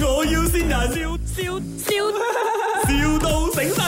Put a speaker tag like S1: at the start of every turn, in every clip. S1: 要先人，笑笑笑，,笑到醒神。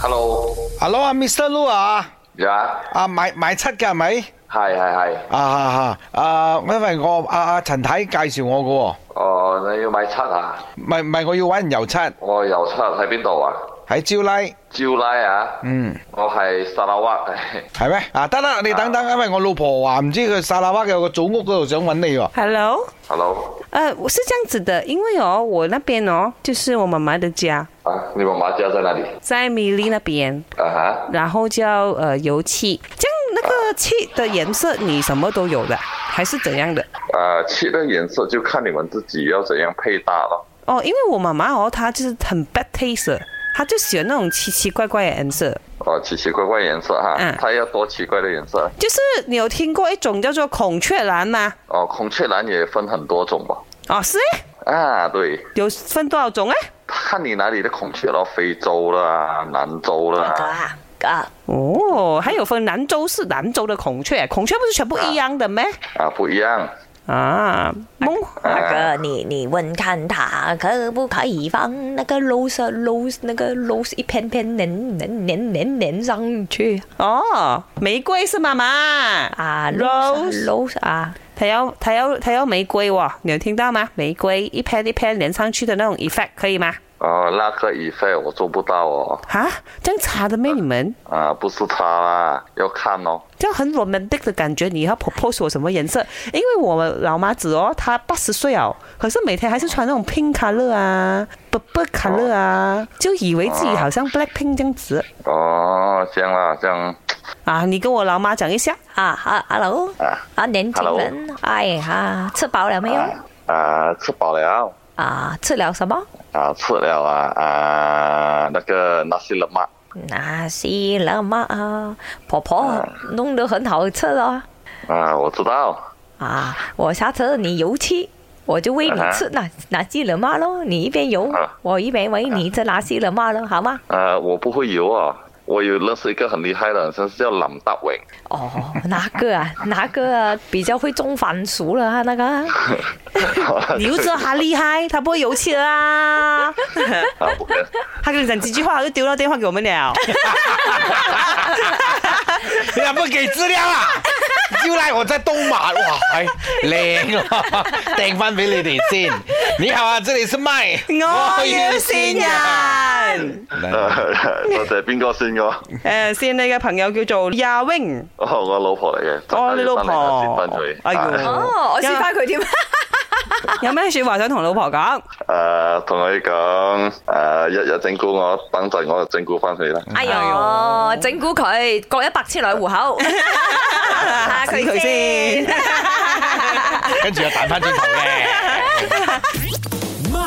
S2: Hello，
S3: Hello 啊，Mr. Lu 啊，
S2: 呀，
S3: 啊買買七嘅係咪？
S2: 係係係，
S3: 啊啊啊啊！因為我阿阿陳太介紹我
S2: 哦，你要買七啊？
S3: 嘅喎，唔係唔係我要揾人油漆
S2: 我由七喺邊度啊？
S3: 喺招拉，
S2: 招拉啊？
S3: 嗯，
S2: 我係沙拉屈，
S3: 係咩？啊得啦，你等等，因為我老婆話唔知佢沙拉哇有個祖屋嗰度想揾你喎。
S4: Hello，
S2: Hello，
S4: 呃，我是这样子的，因为哦，我那边哦，就是我妈妈的家
S2: 啊，你們馬家在哪裡？
S4: 在米粒那边，
S2: 啊哈，
S4: 然后叫呃油漆，这样那个漆的颜色你什么都有的，还是怎样的？
S2: 呃，漆的顏色就看你們自己要怎樣配搭咯。
S4: 哦，因为我妈妈哦，她就是很 bad taste，的她就喜欢那种奇奇怪怪的颜色。
S2: 哦，奇奇怪怪顏色哈，
S4: 嗯
S2: 它要多奇怪的顏色？
S4: 就是你有听过一種叫做孔雀藍吗？
S2: 哦，孔雀藍也分很多種吧？
S4: 哦，是诶，
S2: 啊，對，
S4: 有分多少啊種诶？
S2: 看你哪裡的孔雀咯，非洲啦，南洲啦，
S5: 啊啊！
S4: 哦，还有分南州是南州的孔雀，孔雀不是全部一样的咩？
S2: 啊，不一樣。
S4: 啊，蒙
S5: 那个你你问看他可不可以放那个 rose rose 那个 rose 一片片粘粘粘粘粘上去
S4: 哦，玫瑰是妈妈，
S5: 啊
S4: Rose
S5: rose 啊，
S4: 它要它要它要玫瑰哦，你有听到吗？玫瑰一片一片连上去的那种 effect 可以吗？
S2: 哦，那个以费我做不到哦，
S4: 啊，这样差的咩？你们
S2: 啊，不是他啦，要看哦。
S4: 这样很 romantic 的感觉，你要 propose 我什么颜色？因为我老妈子哦，她八十岁哦，可是每天还是穿那种 pink color 啊，purple color 啊，就以为自己好像 black pink 这样子
S2: 哦，这样啦，这样
S4: 啊。你跟我老妈讲一下，
S5: 啊哈 hello
S2: 啊
S5: 啊年轻
S2: Hello
S5: 人，哎呀，吃饱
S4: 哎
S5: 了没有？
S2: 啊啊，吃饱了
S5: 啊，吃了什么？
S2: 啊，吃了啊啊，那个那些了嘛，
S5: 那些了嘛啊，婆婆弄得很好吃哦。
S2: 啊，我知道
S5: 啊，我下次你油漆，我就喂你
S2: 啊
S5: 吃那那些了嘛喽，你一边油
S2: 啊，
S5: 我一边喂你吃那些了嘛喽，好吗？
S2: 啊，我不会游哦，我有认识一个很厉害的，好像是叫林德荣，
S5: 哦，那个啊，那个啊，比较会种番薯了啊，那个啊
S4: 你又知啊道她厉害，她不会油气的啦。
S2: 啊，不跟
S4: 她跟你讲几句话，她就丢到电话给我们了。
S3: 你有冇给資料啊？ 招拉我真係東馬， 哇，係靚啊！ 掟翻俾你哋先。你好啊，這裡是麥，
S4: 我要啊善 人。
S2: 呃多謝邊個先我？
S4: 诶、善你嘅朋友叫做亞 wing，
S2: 哦，我老婆嚟嘅，
S4: 哦你老婆
S2: 等下要翻嚟先翻
S4: 哎
S2: 佢
S4: 呦
S2: 啊。
S5: 哦，我
S4: 因
S5: 试
S4: 為
S5: 翻佢添。
S4: 有咩说話想同老婆
S2: 誒，
S4: 講？
S2: 啊同佢講誒，一日整蠱我，等陣我就整蠱翻佢啦。
S5: 哎呦，整蠱佢，各一百千來户口， 嚇
S4: 死佢先。
S3: 跟住又彈翻轉頭嘅。
S1: 咪，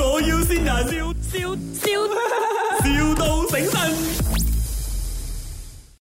S1: 我要先人，笑笑笑，